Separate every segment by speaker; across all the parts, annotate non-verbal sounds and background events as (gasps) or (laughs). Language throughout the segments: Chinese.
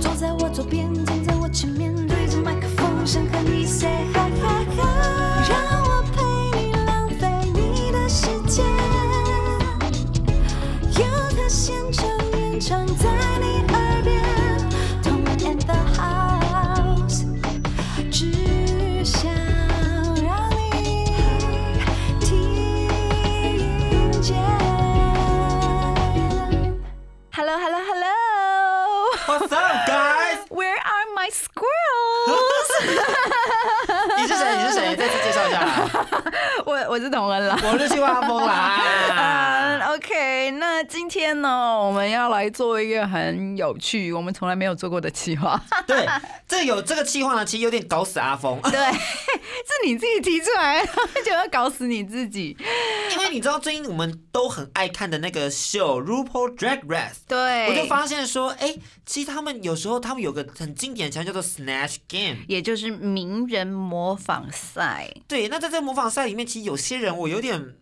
Speaker 1: 坐在我左边，站在我前面，对着麦克风，想和你 say hi hi hi，让我陪你浪费你的时间。有他现场演唱在你耳边，同玩 and the house，只想让你听见。
Speaker 2: Hello, hello, hello.
Speaker 3: What's up, guys？
Speaker 2: Where are my squirrels？
Speaker 3: (laughs) 你是谁？你是 (laughs) 谁？再次介绍一下啦。
Speaker 2: (laughs) 我我是董恩啦。
Speaker 3: (laughs) 我是青蛙风 (laughs) 啦。
Speaker 2: 嗯，OK，那今天呢，我们要来做一个很有趣、我们从来没有做过的企划。
Speaker 3: 对，这有这个计划呢，其实有点搞死阿峰，
Speaker 2: (laughs)
Speaker 3: (laughs)
Speaker 2: 对， (laughs) 是你自己提出来的， (laughs) 就要搞死你自己。
Speaker 3: 因为你知道最近我们都很爱看的那个秀《RuPaul Drag Race》。
Speaker 2: 对
Speaker 3: 我就发现说，哎、其实他们有时候他们有个很经典的桥叫做 Snatch Game。
Speaker 2: 也就是名人模仿赛。
Speaker 3: 对，那在这个模仿赛里面，其实有些人我有点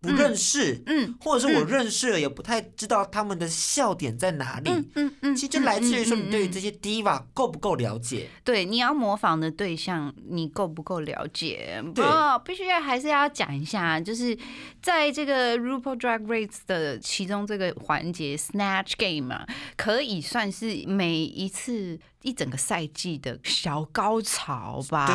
Speaker 3: 不认识，
Speaker 2: 嗯
Speaker 3: 或者是我认识了也不太知道他们的笑点在哪里。
Speaker 2: 嗯嗯
Speaker 3: 其实就来自于说
Speaker 2: 嗯嗯
Speaker 3: 你
Speaker 2: 嗯
Speaker 3: 对于这些 diva 够不够了解？
Speaker 2: 对，你要模仿的对象，你够不够了解？不
Speaker 3: 对
Speaker 2: 过必须要还是要讲一下，就是在这个 RuPaul Drag Race 的其中这个环节 Snatch Game 啊，可以算是每一次一整个赛季的小高潮吧。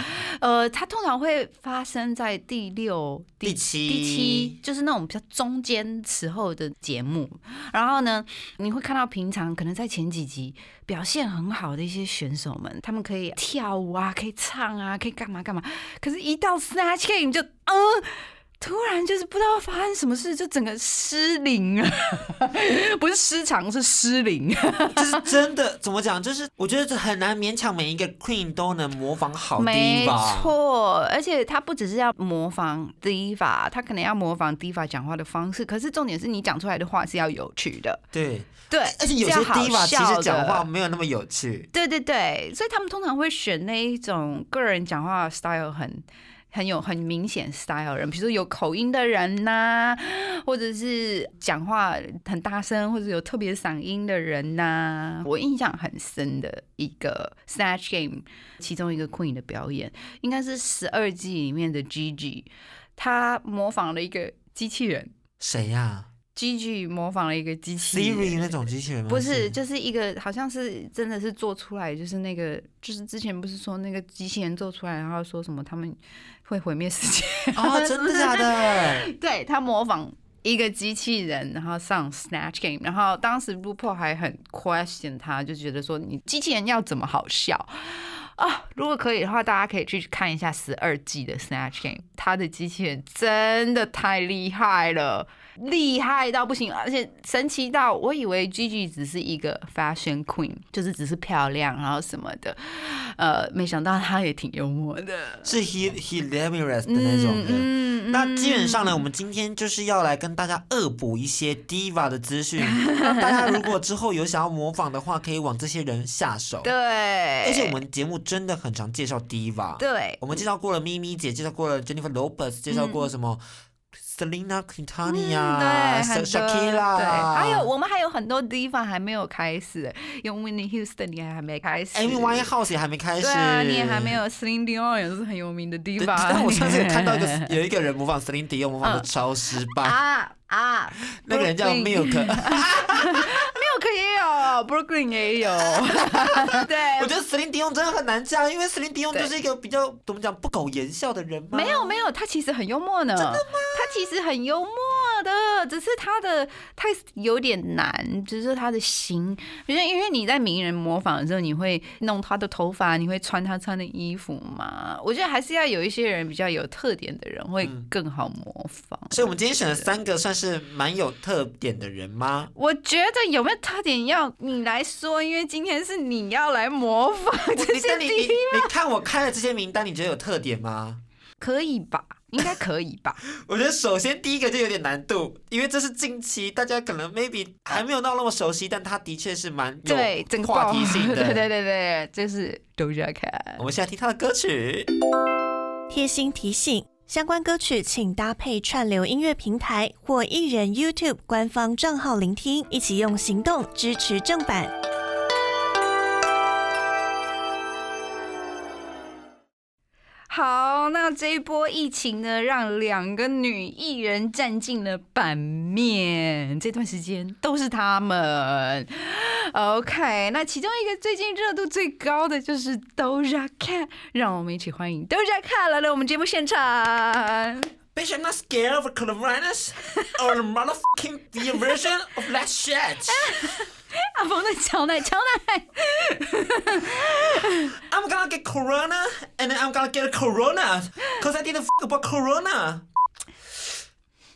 Speaker 3: 对，
Speaker 2: 呃，它通常会发生在第六、
Speaker 3: 第七
Speaker 2: 第七就是那种比较中间时候的节目。然后呢，你会看到平常可能在前几集表现很好的一些选手们，他们可以跳舞啊，可以唱啊，可以干嘛干嘛。可是，一到 Snatch Game 就嗯。突然就是不知道发生什么事，就整个失灵了， (laughs) 不是失常，是失灵。
Speaker 3: 就是真的怎么讲？就是我觉得这很难勉强每一个 queen 都能模仿好 diva。
Speaker 2: 没错，而且他不只是要模仿 diva，他可能要模仿 diva 讲话的方式。可是重点是你讲出来的话是要有趣的，
Speaker 3: 对，
Speaker 2: 对，
Speaker 3: 而且有
Speaker 2: 是
Speaker 3: 些
Speaker 2: 要好
Speaker 3: diva 其
Speaker 2: 笑
Speaker 3: 实
Speaker 2: 的
Speaker 3: 讲话。没有那么有趣。
Speaker 2: 对对对，所以他们通常会选那一种个人讲话 style 很很有很明显 style 的人，比如说有口音的人呐、或者是讲话很大声，或者有特别嗓音的人呐、我印象很深的一个 Snatch Game 其中一个 Queen 的表演，应该是十二季里面的 Gigi，她模仿了一个机器人
Speaker 3: 谁呀、
Speaker 2: ，Gigi 模仿了一个机器人。
Speaker 3: ？Siri 那种机器人吗？
Speaker 2: 不是，就是一个好像是真的是做出来，就是那个，就是之前不是说那个机器人做出来，然后说什么他们会毁灭世界？
Speaker 3: 哦，真的假
Speaker 2: (laughs)
Speaker 3: 的？
Speaker 2: 对他模仿一个机器人，然后上 Snatch Game，然后当时 RuPaul 还很 question 他，就觉得说你机器人要怎么好笑啊？如果可以的话，大家可以去看一下十二季的 Snatch Game，他的机器人真的太厉害了。厉害到不行，而且神奇到我以为 Gigi 只是一个 fashion queen，就是只是漂亮然后什么的，呃，没想到她也挺幽默的。
Speaker 3: 是 he hilarious 的那种的。
Speaker 2: 嗯
Speaker 3: 那基本上呢，我们今天就是要来跟大家恶补一些 diva 的资
Speaker 2: (laughs)
Speaker 3: 讯。那大家如果之后有想要模仿的话，可以往这些人下手。
Speaker 2: 对，
Speaker 3: 而
Speaker 2: 而
Speaker 3: 且我们节目真的很常介绍 diva。
Speaker 2: 对
Speaker 3: 我们介绍过了咪咪姐，介绍过了 Jennifer Lopez，介绍过什么 Selena Quintana 啊、
Speaker 2: 嗯对，很
Speaker 3: Sha-
Speaker 2: 多
Speaker 3: Shakira
Speaker 2: 对，
Speaker 3: 啊，
Speaker 2: 还有我们还有很多地方还没有开始，有 Winnie Houston 也还没开始
Speaker 3: Amy Winehouse 也还没开始，
Speaker 2: 对啊，你也还没。有啊 Celine Dion 也是很有名的地
Speaker 3: 对，
Speaker 2: 方。
Speaker 3: 但我上次有看
Speaker 2: (laughs)
Speaker 3: 到一个有一个人模仿 Celine Dion，模仿的
Speaker 2: 嗯
Speaker 3: 超失败，
Speaker 2: 啊啊，
Speaker 3: 那个人叫 Milk。
Speaker 2: Brooklyn Milk 也有，Brooklyn 也有， (laughs) 对，
Speaker 3: 我觉得 Celine Dion 真的很难嫁，因为 Celine Dion 就是一个比较怎么讲不苟言笑的人嘛。
Speaker 2: 没有没有，他其实很幽默呢。真的吗？他其实很幽默的，只是他的他有点难，只是他的型，因为因为你在名人模仿的时候，你会弄他的头发，你会穿他穿的衣服嘛。我觉得还是要有一些人比较有特点的人会更好模仿。
Speaker 3: 所以我们今天选了三个算是蛮有特点的人吗？
Speaker 2: 我觉得有没有特点要你来说，因为今天是你要来模仿这
Speaker 3: 你
Speaker 2: 些
Speaker 3: 但你你
Speaker 2: 第一，
Speaker 3: 你看我开了这些名单，你觉得有特点吗？
Speaker 2: 可以吧？应该可以吧？
Speaker 3: 我觉得首先第一个就有点难度，因为这是近期大家可能 maybe 还没有到那么熟悉，但它的确是蛮有
Speaker 2: (laughs) 对，整个
Speaker 3: 话
Speaker 2: 爆
Speaker 3: 题性的。
Speaker 2: (laughs) 对对对对，就是 Doja Cat。
Speaker 3: 我们现在听他的歌曲。
Speaker 4: 贴心提醒：相关歌曲请搭配串流音乐平台或艺人 YouTube 官方账号聆听，一起用行动支持正版。
Speaker 2: 好，那这一波疫情呢，让两个女艺人占尽了版面，这段时间都是她们。OK，那其中一个最近热度最高的就是 Doja Cat，让我们一起欢迎 Doja Cat 来到我们节目现场。
Speaker 3: Bitch, I'm not scared of coronavirus or the motherfucking version of that shit.
Speaker 2: 阿峰在乔奶，乔奶，
Speaker 3: I'm gonna get corona and then I'm gonna get corona because I didn't fuck about corona.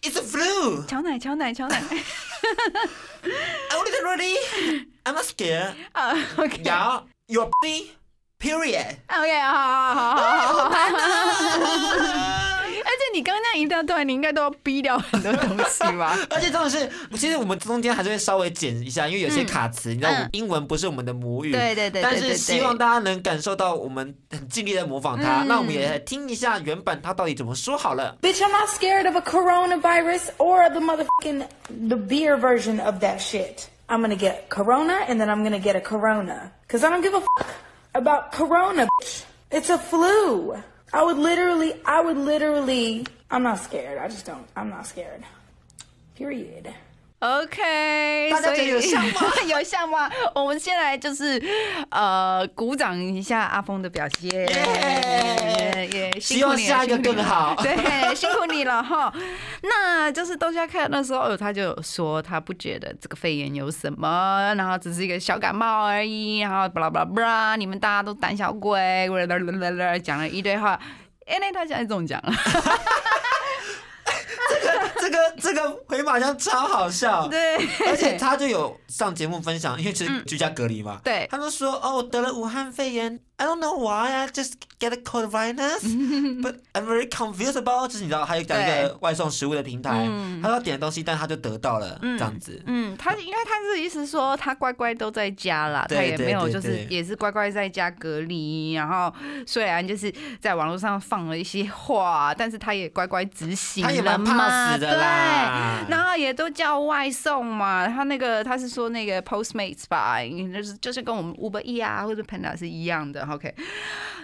Speaker 3: It's a flu.
Speaker 2: 乔奶，乔奶，乔奶。
Speaker 3: I want it already. I'm not scared.
Speaker 2: 啊，OK，OK，
Speaker 3: Yeah, your b period. (laughs)
Speaker 2: 啊好好好好好好。而且你刚刚那样一大段，你应该都要逼掉很多东西吧？
Speaker 3: 而且重点是，其实我们中间还是会稍微剪一下，因为有些卡词，你知道，我们英文不是我们的母语，
Speaker 2: 嗯对对对对
Speaker 3: 但
Speaker 2: 对
Speaker 3: 是
Speaker 2: 对
Speaker 3: 希望大家能感受到我们很尽力的模仿
Speaker 2: 嗯
Speaker 3: 它。那我们也来听一下原版它到底怎么说好
Speaker 2: (laughs)
Speaker 3: 了。
Speaker 5: Bitch, I'm not scared of a coronavirus or the motherfucking the beer version of that shit. I'm gonna get corona and then I'm gonna get a corona. Cause I don't give a fuck about corona, bitch. It's a flu. I would literally, I would literally, I'm not scared. I just don't, I'm not scared. Period.
Speaker 2: OK，
Speaker 3: 大家
Speaker 2: 所
Speaker 3: 觉得
Speaker 2: 以
Speaker 3: 有像吗？
Speaker 2: (laughs) 有像吗？我们先来就是呃，鼓掌一下阿峰的表现，
Speaker 3: 耶
Speaker 2: 耶辛
Speaker 3: 希
Speaker 2: 苦
Speaker 3: 望
Speaker 2: 你了
Speaker 3: 下一个
Speaker 2: 辛苦你
Speaker 3: 更
Speaker 2: 了
Speaker 3: 好
Speaker 2: (laughs) 对，辛苦你了哈。那就是东家看那时候，哦他就有说他不觉得这个肺炎有什么，然后只是一个小感冒而已，然后巴拉巴拉巴拉，你们大家都胆小鬼，啦啦啦啦啦，讲了一堆话。哎，那他现在中奖
Speaker 3: (laughs)
Speaker 2: 了，
Speaker 3: 这个这个回马枪超好笑，
Speaker 2: 对，
Speaker 3: 而
Speaker 2: (laughs)
Speaker 3: 且他就有上节目分享，因为其实居家隔离嘛，
Speaker 2: 嗯对
Speaker 3: 他就说哦，我得了武汉肺炎，I don't know why I just get a cold
Speaker 2: (laughs)
Speaker 3: virus，but I'm very confused about，就是你知道，还有讲一个外送食物的平台，他说点的东西，但他就得到了，这样子，
Speaker 2: 嗯，他应该他是意思说他乖乖都在家啦，
Speaker 3: 对
Speaker 2: 他也没有
Speaker 3: 对对
Speaker 2: 就是
Speaker 3: 对
Speaker 2: 也是乖乖在家隔离，然后虽然就是在网络上放了一些话，但是他也乖乖执行
Speaker 3: 他也
Speaker 2: 了
Speaker 3: 蛮怕
Speaker 2: 嘛，
Speaker 3: 死
Speaker 2: 对
Speaker 3: 的，啦，
Speaker 2: 然后也都叫外送嘛，他那个他是说那个 Postmates 吧，就是就是跟我们 Uber E 啊或者 Panda 是一样的，OK。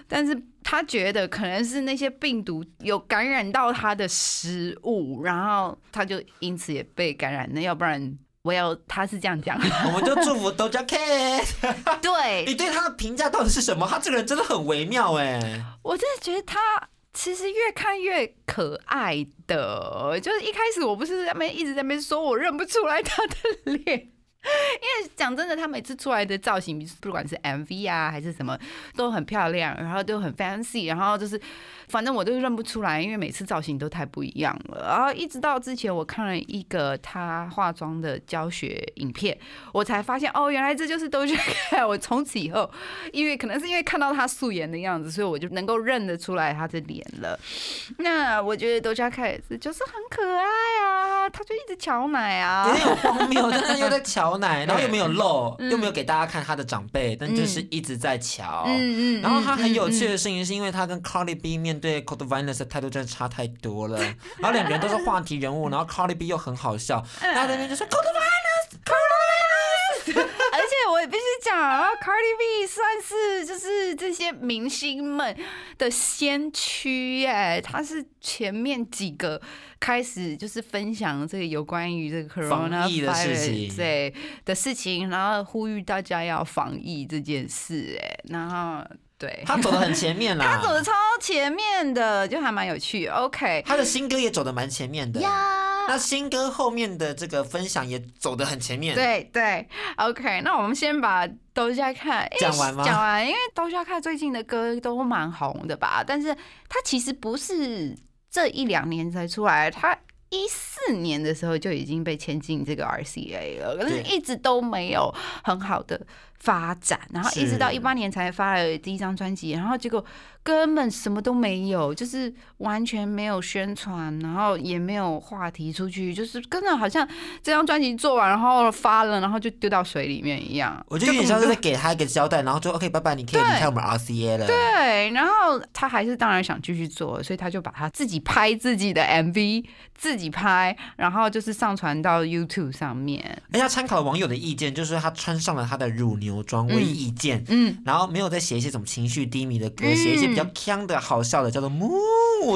Speaker 2: 但是他觉得可能是那些病毒有感染到他的食物，然后他就因此也被感染了，要不然我要他是这
Speaker 3: (laughs)
Speaker 2: 样讲，
Speaker 3: 我们就祝福 Doja Cat。你 (laughs)
Speaker 2: 对
Speaker 3: 对他的评价到底是什么？他这个人真的很微妙哎、
Speaker 2: 我真的觉得他。其实越看越可爱的，就是一开始我不是在那边一直在那边说我认不出来他的脸，因为讲真的，她每次出来的造型，不管是 MV 啊还是什么，都很漂亮，然后都很 fancy，然后就是反正我都认不出来，因为每次造型都太不一样了。然后一直到之前我看了一个她化妆的教学影片，我才发现哦，原来这就是 Doja Cat。我从此以后，因为可能是因为看到她素颜的样子，所以我就能够认得出来她的脸了。那我觉得 Doja Cat 也是就是很可爱啊，她就一直瞧奶啊
Speaker 3: 有。点荒谬，但是又在 (laughs) 瞧奶，然后又没有露，又没有给大家看他的长辈，但就是一直在瞧。
Speaker 2: 嗯
Speaker 3: 然后他很有趣的事情，是因为他跟 Cardi B 面对 Cold Violence 的态度真的差太多了。然后两个人都是话题人物，然后 Cardi B 又很好笑，然后在那边就说 Cold Violence，Cold
Speaker 2: (laughs)
Speaker 3: Violence。
Speaker 2: 而且我也必须讲啊，Cardi B 算是就是这些明星们的先驱耶、她是前面几个开始就是分享这个有关于这个 corona
Speaker 3: 防疫的事情
Speaker 2: 对的事情，然后呼吁大家要防疫这件事、哎，然后对。
Speaker 3: 他走的很前面啦
Speaker 2: 他，走的超前面的，就还蛮有趣。OK，
Speaker 3: 他的新歌也走的蛮前面的。
Speaker 2: 呀
Speaker 3: 那新歌后面的这个分享也走的很前面。
Speaker 2: 对对，OK，那我们先把 Doja Cat 诶
Speaker 3: 讲完吗
Speaker 2: 讲完，因为 Doja Cat 最近的歌都蛮红的吧，但是它其实不是这一两年才出来，它一四年的时候就已经被签进这个 RCA 了，可是
Speaker 3: 对
Speaker 2: 一直都没有很好的发展，然后一直到
Speaker 3: 是
Speaker 2: 一八年才发了第一张专辑，然后结果根本什么都没有，就是完全没有宣传，然后也没有话题出去，就是跟着好像这张专辑做完，然后发了，然后就丢到水里面一样。
Speaker 3: 我觉得有点像
Speaker 2: 就根本
Speaker 3: 是
Speaker 2: 就
Speaker 3: 在给他一个交代，然后就 OK，拜拜，你可以离开我们 RCA 了。对，
Speaker 2: 对，然后他还是当然想继续做，所以他就把他自己拍自己的 MV，自己拍，然后就是上传到 YouTube 上面。
Speaker 3: 而且他哎参考了网友的意见，就是他穿上了他的乳牛装唯一意见，
Speaker 2: 嗯，
Speaker 3: 然后没有再写一些什么情绪低迷的歌，
Speaker 2: 嗯
Speaker 3: 写一些比较腔的好笑的，叫做“木”，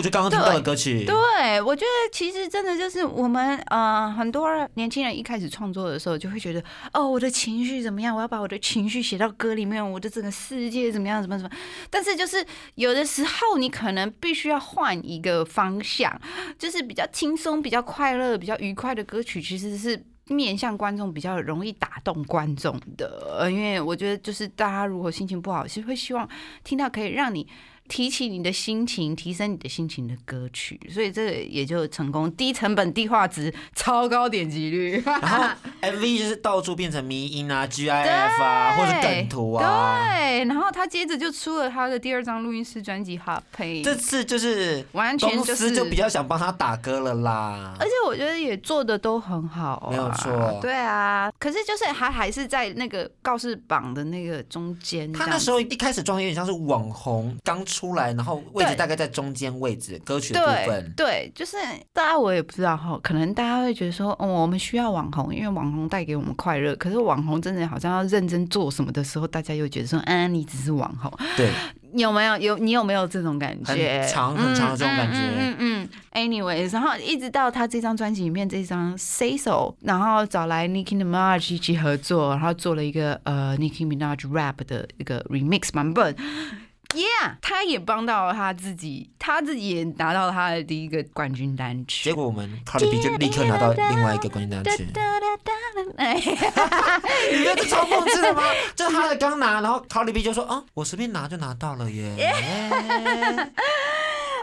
Speaker 3: 就刚刚听到的歌曲。
Speaker 2: 对，我觉得其实真的就是我们呃，很多年轻人一开始创作的时候，就会觉得哦，我的情绪怎么样，我要把我的情绪写到歌里面，我的整个世界怎么样，怎么样怎么样。但是就是有的时候，你可能必须要换一个方向，就是比较轻松、比较快乐、比较愉快的歌曲，其实是。面向观众比较容易打动观众的，呃因为我觉得就是大家如果心情不好，是会希望听到可以让你提起你的心情、提升你的心情的歌曲，所以这也就成功低成本、低画质、超高点击
Speaker 3: (laughs)
Speaker 2: 率。
Speaker 3: 然后 MV 就是到处变成迷音啊、GIF 啊，或者梗图啊。
Speaker 2: 对，然后他接着就出了他的第二张录音室专辑《Hot Pain》，
Speaker 3: 这次就是
Speaker 2: 完全
Speaker 3: 公
Speaker 2: 就
Speaker 3: 司
Speaker 2: 是
Speaker 3: 就比较想帮他打歌了啦
Speaker 2: 而。且我觉得也做的都很好、啊，
Speaker 3: 没有错
Speaker 2: 对啊。可是就是他还是在那个告示榜的那个中间这
Speaker 3: 他
Speaker 2: 样子，
Speaker 3: 那时候一开始状态有点像是网红刚出来，然后位置大概在中间位置，歌曲的部
Speaker 2: 对
Speaker 3: 分。
Speaker 2: 对，就是大家我也不知道哈，可能大家会觉得说，哦，我们需要网红，因为网红带给我们快乐。可是网红真的好像要认真做什么的时候，大家又觉得说，嗯、你只是网红，
Speaker 3: 对，
Speaker 2: 有没有？有你有没有这种感觉？
Speaker 3: 很长很长的这种感觉
Speaker 2: 嗯嗯嗯嗯 Anyways，然后一直到他这张专辑里面这张《Say So》，然后找来 Nicki Minaj 一起合作，然后做了一个呃 Nicki Minaj rap 的一个 remix 版本。Yeah，他也帮到了他自己，他自己也拿到他的第一个冠军单曲
Speaker 3: 结。果我们 Cardi B 就立刻拿到另外一个冠军单
Speaker 2: 哒
Speaker 3: 曲。
Speaker 2: 哒哒哒哎，
Speaker 3: 你觉得这超讽刺的吗？就是他才刚拿，然后 Cardi B 就说：“啊，我随便拿就拿到了耶。”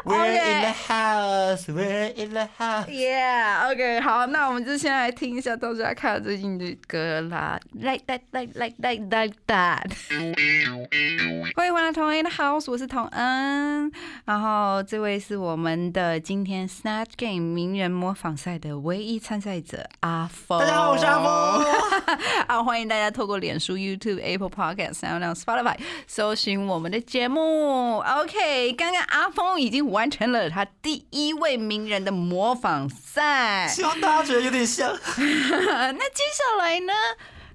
Speaker 3: We're in the house, we're in the house。
Speaker 2: Yeah，OK，、好，那我们就先来听一下豆家卡最近的歌啦，Like that, like like like like that。欢迎回来，同恩的 House，我是同恩，然后这位是我们的今天 Snatch Game 名人模仿赛的唯一参赛者阿峰。
Speaker 3: 大家好，我是阿峰。
Speaker 2: 啊，欢迎大家透过脸书、YouTube、Apple Podcast、SoundOn、Spotify 搜寻我们的节目。OK，刚刚阿峰已经完成了他第一位名人的模仿赛，
Speaker 3: 希望大家觉得有点像。
Speaker 2: (laughs) 那接下来呢？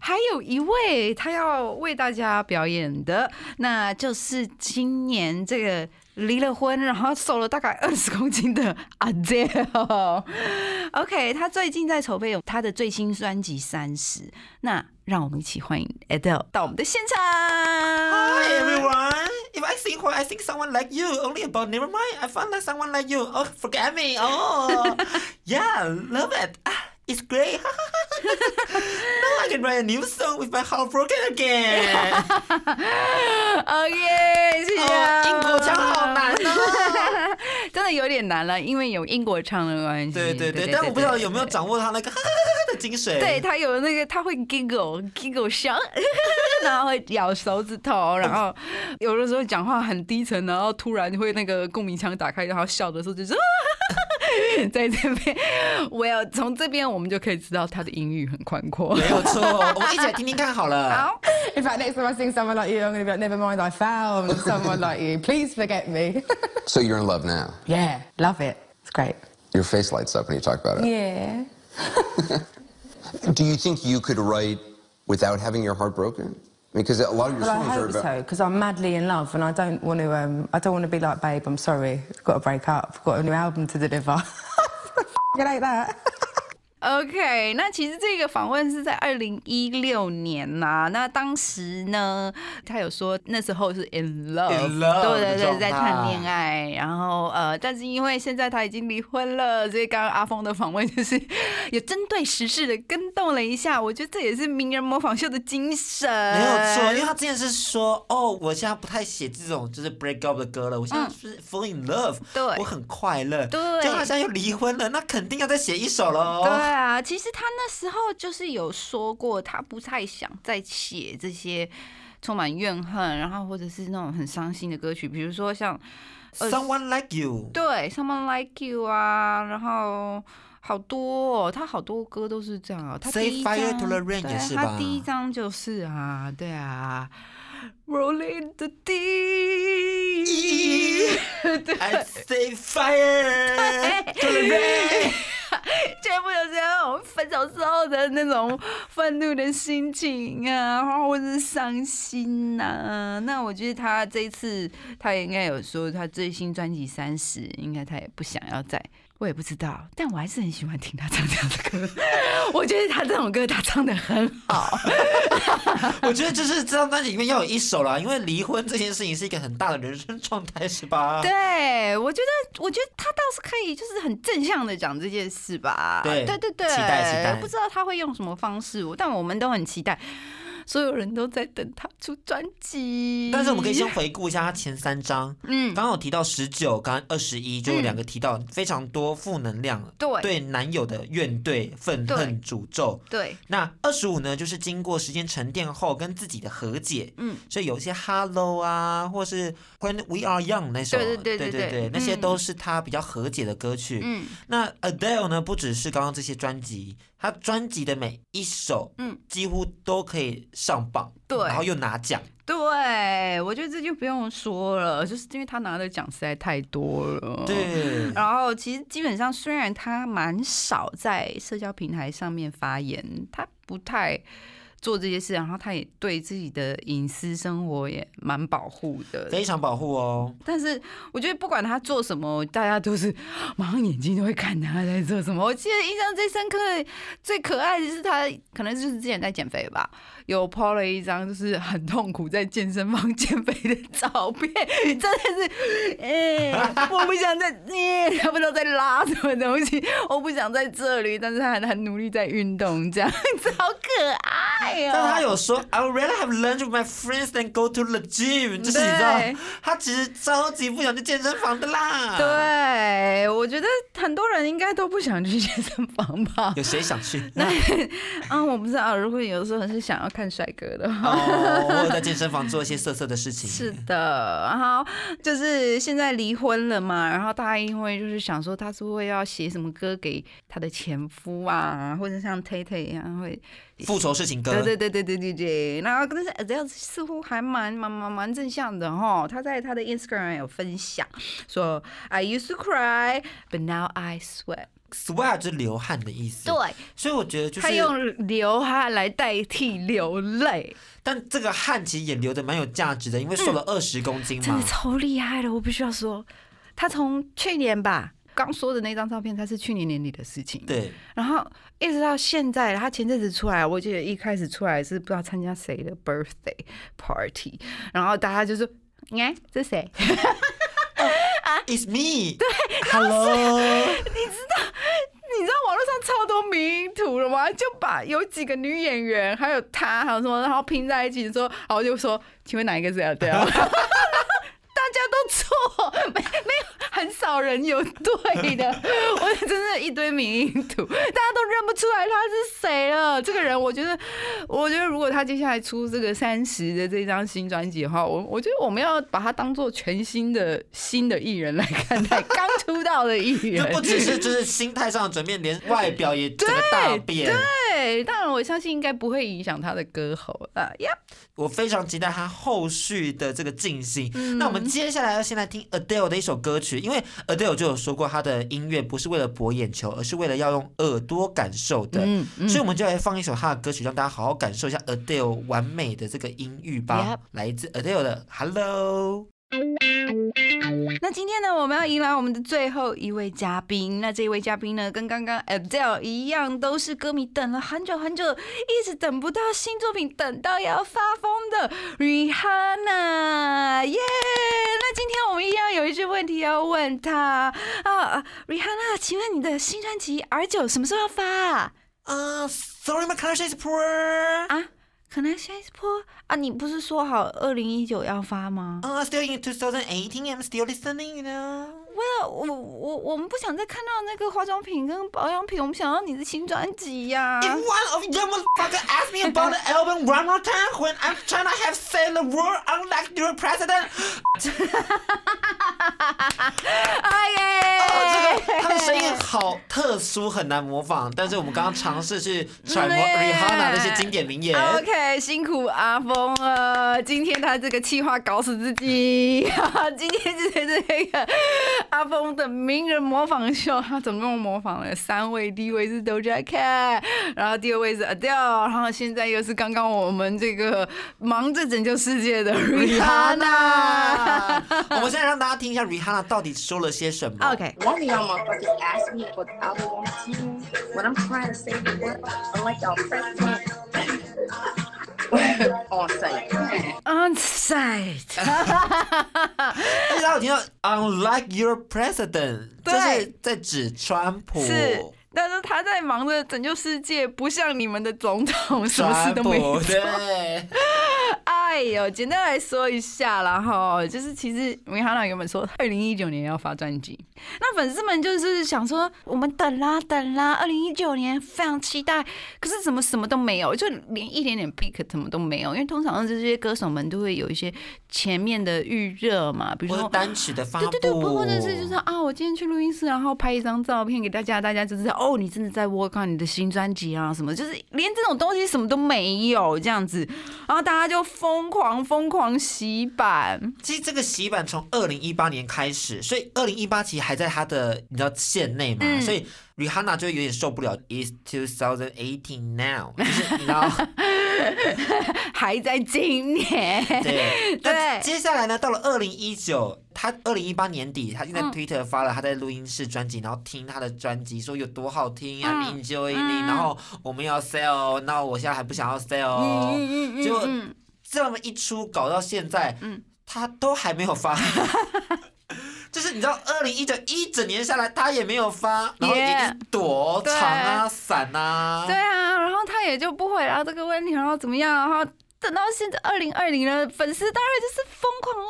Speaker 2: 还有一位他要为大家表演的，那就是今年这个离了婚，然后瘦了大概二十公斤的 Adele。OK，他最近在筹备有他的最新专辑《三十》，那让我们一起欢迎 Adele 到我们的现场。
Speaker 3: Hi everyone. If I sing why I think someone like you, only about never mind. I found like someone like you. Oh, forget me. Oh, yeah, love it. Ah, It's great. (laughs) now I can write a new song with my heart broken again.
Speaker 2: OK，谢谢、
Speaker 3: 哦，英国腔好难哦。
Speaker 2: (laughs) 真的有点难了，因为有英国腔的关系。
Speaker 3: 对对对，但我不知道有没有掌握他那个 (laughs) 的精髓。
Speaker 2: 对，他有那个，他会 giggle giggle 响，然后会咬手指头，然后有的时候讲话很低沉，然后突然会那个共鸣腔打开，然后笑的时候就是 (laughs) 在这边。Well，从这边我们就可以知道他的英语很宽阔。
Speaker 3: 没有错，我们一起来听听看好了。
Speaker 2: (laughs) 好，
Speaker 6: In fact, next time I sing someone like you, I'm going to be like, never mind, I found someone like you. Please forget me. (laughs)
Speaker 7: So you're in love now.
Speaker 6: yeah, love it. It's great.
Speaker 7: Your face lights up when you talk about it.
Speaker 6: Yeah.
Speaker 7: Do you think you could write without having your heart broken? Because a lot of your
Speaker 6: Well, I
Speaker 7: songs are
Speaker 6: hope
Speaker 7: about.
Speaker 6: so, because I'm madly in love and I don't want to, um, I don't want to be like, babe, I'm sorry, I've got to break up, I've got a new album to deliver. (laughs) I like that.
Speaker 2: OK，那其实这个访问是在二零一六年呐、那当时呢，他有说那时候是 in love，,
Speaker 3: In love
Speaker 2: 对对
Speaker 3: 的状态
Speaker 2: 对，在谈恋爱，然后呃，但是因为现在他已经离婚了，所以刚刚阿峰的访问就是有针对时事的跟动了一下，我觉得这也是名人模仿秀的精神，
Speaker 3: 没有
Speaker 2: 呃
Speaker 3: 错，因为他之前是说，哦，我现在不太写这种就是 break up 的歌了，我现在是 fall in love，、
Speaker 2: 嗯对
Speaker 3: 我很快乐。
Speaker 2: 对
Speaker 3: 就好像又离婚了，那肯定要再写一首喽。
Speaker 2: 对，啊，其实他那时候就是有说过，他不太想再写这些充满怨恨，然后或者是那种很伤心的歌曲，比如说像
Speaker 3: (laughs) Someone like you，
Speaker 2: 对 Someone Like You 啊，然后。好多、哦，他好多歌都是这样啊。他第
Speaker 3: Say
Speaker 2: 一张
Speaker 3: Fire to the Rain
Speaker 2: 对
Speaker 3: 也是
Speaker 2: 他
Speaker 3: 吧
Speaker 2: 第一张就是啊，对啊，Rolling the Deep，
Speaker 3: I say fire to the rain。
Speaker 2: 全部都是那种分手之后的那种愤怒的心情啊，然后或者是伤心呐、啊。那我觉得他这一次，他也应该有说，他最新专辑《三十》，应该他也不想要再。我也不知道，但我还是很喜欢听他唱这样的歌。 (laughs) 我觉得他这种歌他唱的很好，
Speaker 3: 我觉得就是这张专辑里面要有一首啦，因为离婚这件事情是一个很大的人生状态，是 (laughs) 吧？
Speaker 2: 对我觉得，我觉得他倒是可以，就是很正向的讲这件事吧。
Speaker 3: 对
Speaker 2: 对对对，
Speaker 3: 期待期待
Speaker 2: 不知道他会用什么方式，我但我们都很期待，所有人都在等他出专辑。
Speaker 3: 但是我们可以先回顾一下他前三张，
Speaker 2: 嗯
Speaker 3: 刚刚有提到十九，刚刚二十一，就有两个提到非常多负能量，
Speaker 2: 对
Speaker 3: 对男友的怨怼、愤
Speaker 2: 对
Speaker 3: 恨、诅咒。
Speaker 2: 对
Speaker 3: 那二十五呢，就是经过时间沉淀后跟自己的和解，
Speaker 2: 嗯，
Speaker 3: 所以有一些 Hello 啊，或是 When We Are Young 那首，
Speaker 2: 对对
Speaker 3: 对
Speaker 2: 对对对嗯
Speaker 3: 那些都是他比较和解的歌曲。
Speaker 2: 嗯
Speaker 3: 那 Adele 呢，不只是刚刚这些专辑，他专辑的每一首，
Speaker 2: 嗯，
Speaker 3: 几乎都可以上榜，
Speaker 2: 对
Speaker 3: 然后又拿奖。
Speaker 2: 对，我觉得这就不用说了，就是因为他拿的奖实在太多了。。
Speaker 3: 对，
Speaker 2: (laughs) 然后其实基本上，虽然他蛮少在社交平台上面发言，他不太做这些事，然后他也对自己的隐私生活也蛮保护的。
Speaker 3: 非常保护哦。
Speaker 2: 但是我觉得不管他做什么，大家都是 (gasps) 马上眼睛都会看他在做什么。我记得印象最深刻的、最可爱的是他，可能就是之前在减肥吧，有 po 了一张就是很痛苦在健身房减肥的照片，真的是， (laughs) 哎、我不想再，哎、他不知道在拉什么东西，我不想在这里，但是他很很努力在运动，这样 (laughs) 子好可爱哦。
Speaker 3: 但他有啊说，I would rather have lunch with my friends than go to the gym，就是你知
Speaker 2: 对
Speaker 3: 道，他其实超级不想去健身房的啦。，
Speaker 2: 对，我觉得很多人应该都不想去健身房吧。
Speaker 3: 有谁想
Speaker 2: (laughs)
Speaker 3: 去？
Speaker 2: 嗯，我不知道，如果有时候是想要看帅哥的话。
Speaker 3: (laughs) 哦，我有在健身房做一些色色的事情。
Speaker 2: (laughs) 是的，然后就是现在离婚了嘛，然后他因为就是想说，他是会要写什么歌给他的前夫啊，或者像 Tay Tay 一样会，
Speaker 3: 复仇事情歌。
Speaker 2: 对对对对对对对。然后但是 Adele 似乎还蛮蛮蛮蛮正向的哈，他在他的 Instagram 有分享说，I used to cry, but now I sweat。
Speaker 3: ，sweat 就是流汗的意思。，
Speaker 2: 对，
Speaker 3: 所以我觉得就
Speaker 2: 他
Speaker 3: 是，
Speaker 2: 用流汗来代替流泪，
Speaker 3: 但这个汗其实也流的蛮有价值的，因为瘦了二十公斤
Speaker 2: 嗯真
Speaker 3: 嘛
Speaker 2: 的。超厉害的，我必须要说，他从去年吧。刚说的那张照片，他是去年年底的事情。，
Speaker 3: 对，
Speaker 2: 然后一直到现在，他前阵子出来，我记得一开始出来是不知道参加谁的 birthday party，然后大家就说：“你看这谁？
Speaker 3: It's me。对，Hello。
Speaker 2: 你知道网络上超多迷因图了吗？就把有几个女演员，还有她，还有什么，然后拼在一起说，然后就说，请问哪一个是 Adele？大
Speaker 3: (laughs)
Speaker 2: 家都错，没没有很少人有
Speaker 3: (laughs)
Speaker 2: 对的，我真的一堆迷因图，大家都认不出来他是谁了。这个人，我觉得，我觉得如果他接下来出这个三十的这张新专辑的话，我我觉得我们要把他当做全新的新的艺人来看待，刚出道的艺
Speaker 3: 就
Speaker 2: 人，
Speaker 3: 不只是就是心态上的转变，连外表也整个大变。
Speaker 2: 对，当然我相信应该不会影响他的歌喉啊。y
Speaker 3: 我非常期待他后续的这个进行。那我们接下来要先来听 Adele 的一首歌曲，因为 Adele 就有说过，她的音乐不是为了博眼球，而是为了要用耳朵感受的。所以我们就来放一首她的歌曲，让大家好好感受一下 Adele 完美的这个音域吧。来自 Adele 的 Hello。
Speaker 2: 那今天呢，我们要迎来我们的最后一位嘉宾。那这一位嘉宾呢，跟刚刚 Adele 一样，都是歌迷等了很久很久，一直等不到新作品，等到要发疯的 Rihanna，耶、那今天我们一样有一句问题要问他啊，Rihanna，请问你的新专辑 R 九什么时候要发啊？
Speaker 3: Uh, 啊、s o r r y my connection is poor。
Speaker 2: 啊可能下一波啊，你不是说好二零一九要发吗？
Speaker 3: Uh, still in 2018, I'm still listening, you know.
Speaker 2: 我我我我们不想再看到那个化妆品跟保养品，我们想要你的新专辑呀、
Speaker 3: If one of you motherfucker ask me about the album one more time when I'm trying to have said the word unlike your president，
Speaker 2: 哎耶！
Speaker 3: 哦他的声音好特殊，很难模仿。但是我们刚刚尝试去
Speaker 2: (laughs)
Speaker 3: 揣摩
Speaker 2: 真的耶
Speaker 3: Rihanna 那些经典名言。
Speaker 2: OK，辛苦阿峰了。今天他这个气话搞死自己。 (laughs) 今天就是这个阿峰的名人模仿秀，他总共模仿了三位，第一位是 Doja Cat，然后第二位是 Adele，然后现在又是刚刚我们这个忙着拯救世界的 Rihanna。 (laughs)
Speaker 3: 我们现在让大家听一下 Rihanna 到底说了些什么。
Speaker 2: OK，
Speaker 8: One of y'all motherfuckers asked me what the album was to me when I'm trying to save the world, unlike y'all president (laughs) on site.
Speaker 2: On site，
Speaker 3: 而且大家有听到 unlike your president，
Speaker 2: 对
Speaker 3: 就是在指川普。
Speaker 2: 是，但是他在忙着拯救世界，不像你们的总统什么事
Speaker 3: 川
Speaker 2: 都没
Speaker 3: 普
Speaker 2: 有。
Speaker 3: 对，
Speaker 2: (laughs) 哎呦，简单来说一下啦哈，就是其实米哈娜原本说二零一九年要发专辑，那粉丝们就是想说我们等啦等啦，二零一九年非常期待，可是怎么什么都没有，就连一点点 pick 怎么都没有，因为通常这些歌手们都会有一些前面的预热嘛，比如
Speaker 3: 我
Speaker 2: 说
Speaker 3: 是单曲的发布，
Speaker 2: 对对对，不或者是就是啊，我今天去录音室，然后拍一张照片给大家，大家就知道哦，你真的在 work on 你的新专辑啊，什么，就是连这种东西什么都没有这样子，然后大家就疯狂疯狂洗版，
Speaker 3: 其实这个洗版从二零一八年开始，所以二零一八其实还在它的你知道线内嘛，
Speaker 2: 嗯
Speaker 3: 所以 Rihanna 就有点受不了。It's 2018 now，就是你知道
Speaker 2: 还在今年，
Speaker 3: (laughs) 对。啊但接下来呢，到了二零一九，他二零一八年底，他就
Speaker 2: 嗯
Speaker 3: 在 Twitter 发了他在录音室专辑，然后听他的专辑说有多好听，I'm
Speaker 2: 嗯
Speaker 3: enjoying it，然后我们要 sell，那我现在还不想要
Speaker 2: 嗯
Speaker 3: sell，结果这么一出搞到现在，
Speaker 2: 嗯
Speaker 3: 他都还没有发。 (laughs) 就是你知道，二零一九一整年下来，他也没有发，然后也
Speaker 2: Yeah
Speaker 3: 一躲
Speaker 2: 对
Speaker 3: 藏啊、伞啊，
Speaker 2: (laughs) 对啊，然后他也就不回答这个问题，然后怎么样，然后等到现在二零二零了，粉丝当然就是疯狂地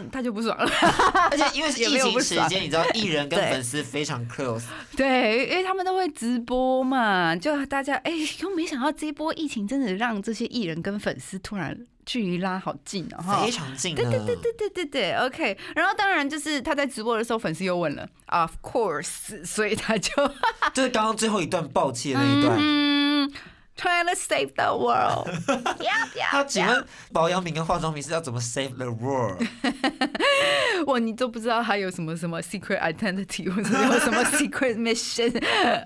Speaker 2: 问啊呐、他就不爽了。
Speaker 3: 而且因为是
Speaker 2: (laughs) 也没
Speaker 3: 疫
Speaker 2: 有
Speaker 3: 情
Speaker 2: 不
Speaker 3: 时
Speaker 2: 爽
Speaker 3: 间，你知道艺人跟
Speaker 2: 对
Speaker 3: 粉丝非常 close，
Speaker 2: (laughs) 对，因为他们都会直播嘛，就大家哎，又没想到这一波疫情真的让这些艺人跟粉丝突然距离拉好近哦，哈
Speaker 3: 非。常近呢。啊
Speaker 2: 对对对对对对对，OK。然后当然就是他在直播的时候，粉丝又问了，Of course，所以他就 (laughs)
Speaker 3: 就是刚刚最后一段爆气的那一段。
Speaker 2: 嗯，Trying to save
Speaker 3: (laughs)
Speaker 2: the world。
Speaker 3: 他请问保养品跟化妆品是要怎么 save the
Speaker 2: (laughs)
Speaker 3: world？
Speaker 2: 哇，你都不知道他有什么什么 secret identity 或者有什么
Speaker 3: (laughs)
Speaker 2: secret mission。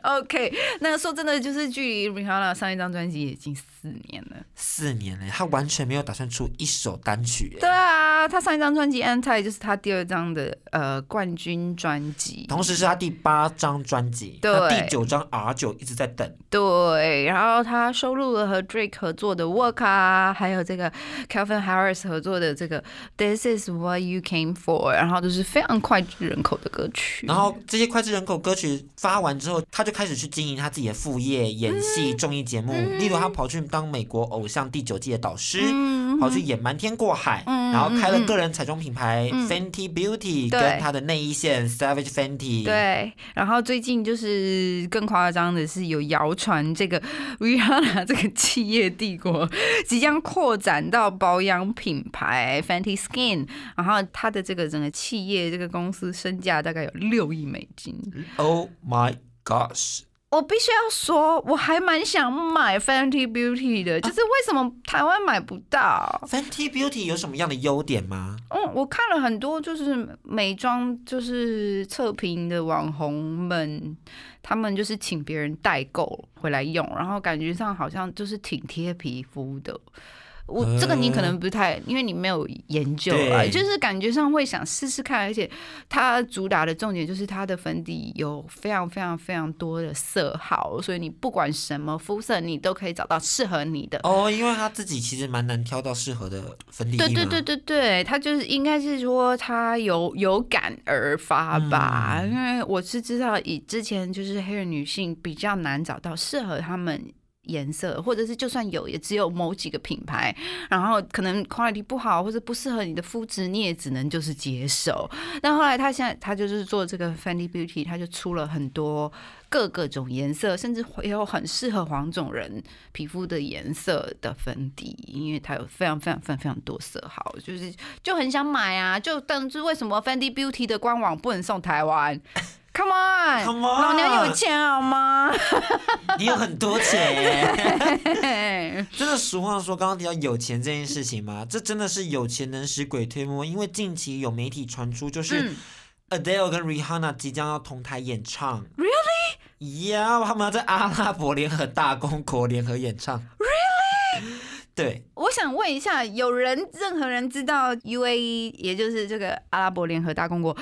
Speaker 2: OK，那说真的，就是距离 Rihanna 上一张专辑已经四年了。
Speaker 3: 四年嘞，他完全没有打算出一首单曲耶
Speaker 2: 对。啊，他上一张专辑《Anti》就是他第二张的呃冠军专辑。
Speaker 3: 同时是他第八张专辑，
Speaker 2: 对
Speaker 3: 那第九张 R 九一直在等。
Speaker 2: 对，然后他收录了和 Drake 合作的《Work》啊，还有这个 Calvin Harris 合作的这个《This Is What You Came For》，然后都是非常脍炙人口的歌曲。
Speaker 3: 然后这些脍炙人口歌曲发完之后，他就开始去经营他自己的副业，演戏、
Speaker 2: 嗯
Speaker 3: 综艺节目。例如，他跑去当美国偶像第九季的导师，
Speaker 2: 嗯
Speaker 3: 跑去演瞒天过海，然后开了个人彩妆品牌 Fenty Beauty，
Speaker 2: 嗯对
Speaker 3: 跟他的内衣线 Savage Fenty。
Speaker 2: 对，然后最近就是更夸张的是，有谣传这个 (laughs) Rihanna 这个企业帝国即将扩展到保养品牌 Fenty Skin，然后它的这个整个企业这个公司身价大概有六亿美金。
Speaker 3: ，Oh my gosh！
Speaker 2: 我必须要说，我还蛮想买 Fenty Beauty 的，就是为什么台湾买不到？
Speaker 3: Fenty Beauty 有什么样的优点吗？
Speaker 2: 嗯，我看了很多就是美妆就是测评的网红们，他们就是请别人代购回来用，然后感觉上好像就是挺贴皮肤的。我这个你可能不太，因为你没有研究啊，
Speaker 3: 对
Speaker 2: 就是感觉上会想试试看，而且它主打的重点就是它的粉底有非常非常非常多的色号，所以你不管什么肤色，你都可以找到适合你的。
Speaker 3: 哦，因为他自己其实蛮难挑到适合的粉底液
Speaker 2: 对
Speaker 3: 嘛。
Speaker 2: 对对对对，他就是应该是说他有有感而发吧，因为我是知道以之前就是黑人女性比较难找到适合她们颜色，或者是就算有，也只有某几个品牌，然后可能 quality 不好或者不适合你的肤质，你也只能就是接受。那后来他现在他就是做这个 Fendi Beauty，他就出了很多各各种颜色，甚至也有很适合黄种人皮肤的颜色的粉底，因为它有非常非常非常非常多色号，就是就很想买啊，就但是为什么 Fendi Beauty 的官网不能送台湾？Come on，,
Speaker 3: Come on
Speaker 2: 老娘有钱好吗？ (laughs)
Speaker 3: 你有很多钱。 (laughs)
Speaker 2: 哎
Speaker 3: 真的，俗话说，刚刚提到有钱这件事情 (laughs) 嘛，这真的是有钱能使鬼推磨。因为近期有媒体传出，就是
Speaker 2: 嗯
Speaker 3: Adele 跟 Rihanna 即将要同台演唱。Really? Yeah，他们要在阿拉伯联合大公国联合演唱。Really? 对，
Speaker 2: 我想问一下，有人任何人知道 UAE，也就是这个阿拉伯联合大公国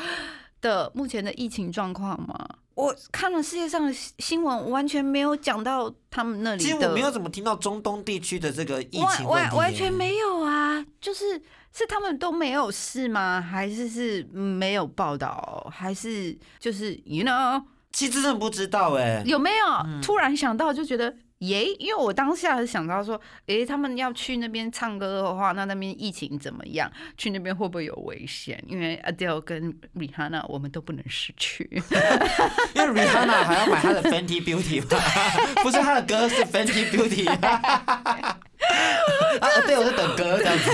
Speaker 2: 的目前的疫情状况吗？我看了世界上的新新闻，完全没有讲到他们那里的。
Speaker 3: 其实我没有怎么听到中东地区的这个疫
Speaker 2: 完
Speaker 3: 情问
Speaker 2: 完
Speaker 3: 题
Speaker 2: 完
Speaker 3: 耶
Speaker 2: 全没有啊！就是是他们都没有事吗？还是是嗯没有报道？还是就是，you know，
Speaker 3: 其实真的不知道
Speaker 2: (laughs)
Speaker 3: 哎。
Speaker 2: 有没有、突然想到就觉得耶？因为我当下是想到说，诶，他们要去那边唱歌的话，那那边疫情怎么样？去那边会不会有危险？因为 Adele 跟 Rihanna 我们都不能失 (laughs) 去。
Speaker 3: 因为 Rihanna 还要买她的 Fenty Beauty 吧，不是她的歌是 Fenty Beauty。啊，对，我是等歌这样子。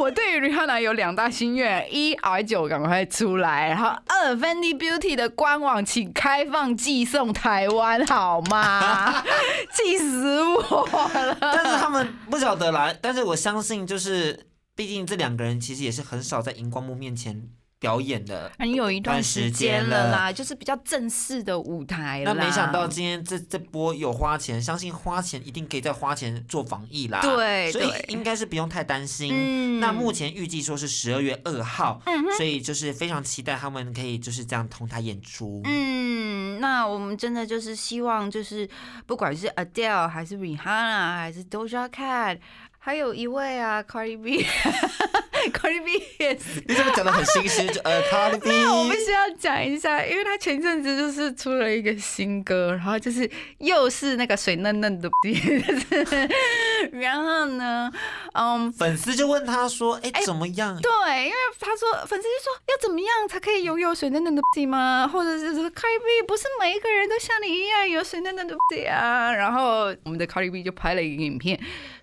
Speaker 2: 我对于 Rihanna 有两大心愿：一 R 九赶快出来，然后二 Fendi Beauty 的官网请开放寄送台湾，好 (laughs) 吗？气死我了！
Speaker 3: 但是他们不晓得啦，但是我相信就是，毕竟这两个人其实也是很少在荧光幕面前表演的。
Speaker 2: 很有一段
Speaker 3: 段
Speaker 2: 时
Speaker 3: 时
Speaker 2: 间
Speaker 3: 间
Speaker 2: 了
Speaker 3: 了
Speaker 2: 啦，就是比较正式的舞台啦。
Speaker 3: 那没想到今天这这波有花钱，相信花钱一定可以在花钱做防疫啦。
Speaker 2: 对
Speaker 3: 所以
Speaker 2: 对
Speaker 3: 应该是不用太担心。
Speaker 2: 嗯
Speaker 3: 那目前预计说是十二月二号，所以就是非常期待他们可以就是这样同台演出。
Speaker 2: 嗯，那我们真的就是希望，就是不管是 Adele 还是 Rihanna 还是 Doja Cat，还有一位啊 Cardi (laughs) B，Cardi B 也是。 (laughs)
Speaker 3: 你怎么讲的很心虚？就呃，卡里比，
Speaker 2: 我必须要讲一下，因为他前阵子就是出了一个新歌，然后就是又是那个水嫩嫩的， (laughs) 就是 (laughs) 然后呢，嗯。
Speaker 3: 粉丝就问他说：“哎、怎么样？”
Speaker 2: 对，因为他说粉丝就说要怎么样才可以拥有水嫩嫩的吗？或者是说 Cardi B 不是每一个人都像你一样有水嫩嫩的啊？然后我们的 Cardi B 就拍了一个影片，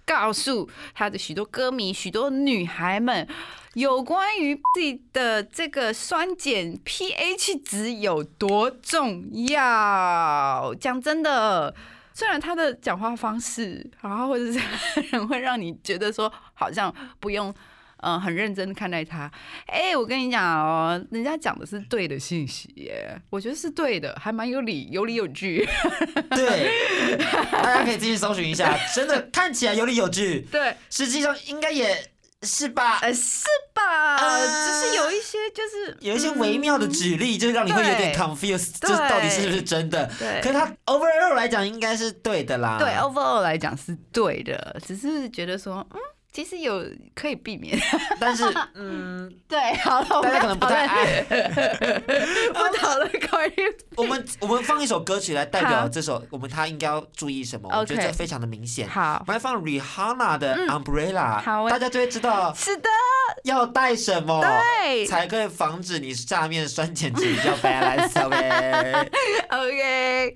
Speaker 2: 告诉他的许多歌迷、许多女孩们，有关于自己的这个酸碱 pH 值有多重要。讲真的，虽然他的讲话方式，然后或者是他人会让你觉得说好像不用。嗯，很认真看待他。哎、我跟你讲哦，人家讲的是对的信息耶，我觉得是对的，还蛮有理，有理有据。 (laughs)
Speaker 3: 对，大家可以自己搜寻一下，真的看起来有理有据，
Speaker 2: 对，
Speaker 3: 实际上应该也是吧。
Speaker 2: 呃，是吧？
Speaker 3: 呃
Speaker 2: 只是有一些
Speaker 3: (laughs)
Speaker 2: 就是
Speaker 3: 有一些微妙的举例，就是让你会有点
Speaker 2: 嗯对
Speaker 3: confused，
Speaker 2: 对
Speaker 3: 就是到底是不是真的
Speaker 2: 对。
Speaker 3: 可是他 overall 来讲应该是对的啦。
Speaker 2: 对哦 overall 来讲是对的，只是觉得说，嗯，其实有可以避免。 (laughs)
Speaker 3: 但是嗯，
Speaker 2: 对，好了，我
Speaker 3: 大
Speaker 2: 们
Speaker 3: 家可能不太爱。
Speaker 2: (laughs) 不讨论 (laughs) 关于
Speaker 3: 我们我们放一首歌曲来代
Speaker 2: 好
Speaker 3: 表这首，我们他应该要注意什么？我觉得
Speaker 2: OK
Speaker 3: 这非常的明显。
Speaker 2: 好嗯
Speaker 3: 我们来放 Rihanna 的 Umbrella，
Speaker 2: 好啊我
Speaker 3: 大家就会知道
Speaker 2: 是的， (laughs)
Speaker 3: 要带什么，
Speaker 2: 对
Speaker 3: 才可以防止你下面酸碱值比较 balance。OK，
Speaker 2: OK。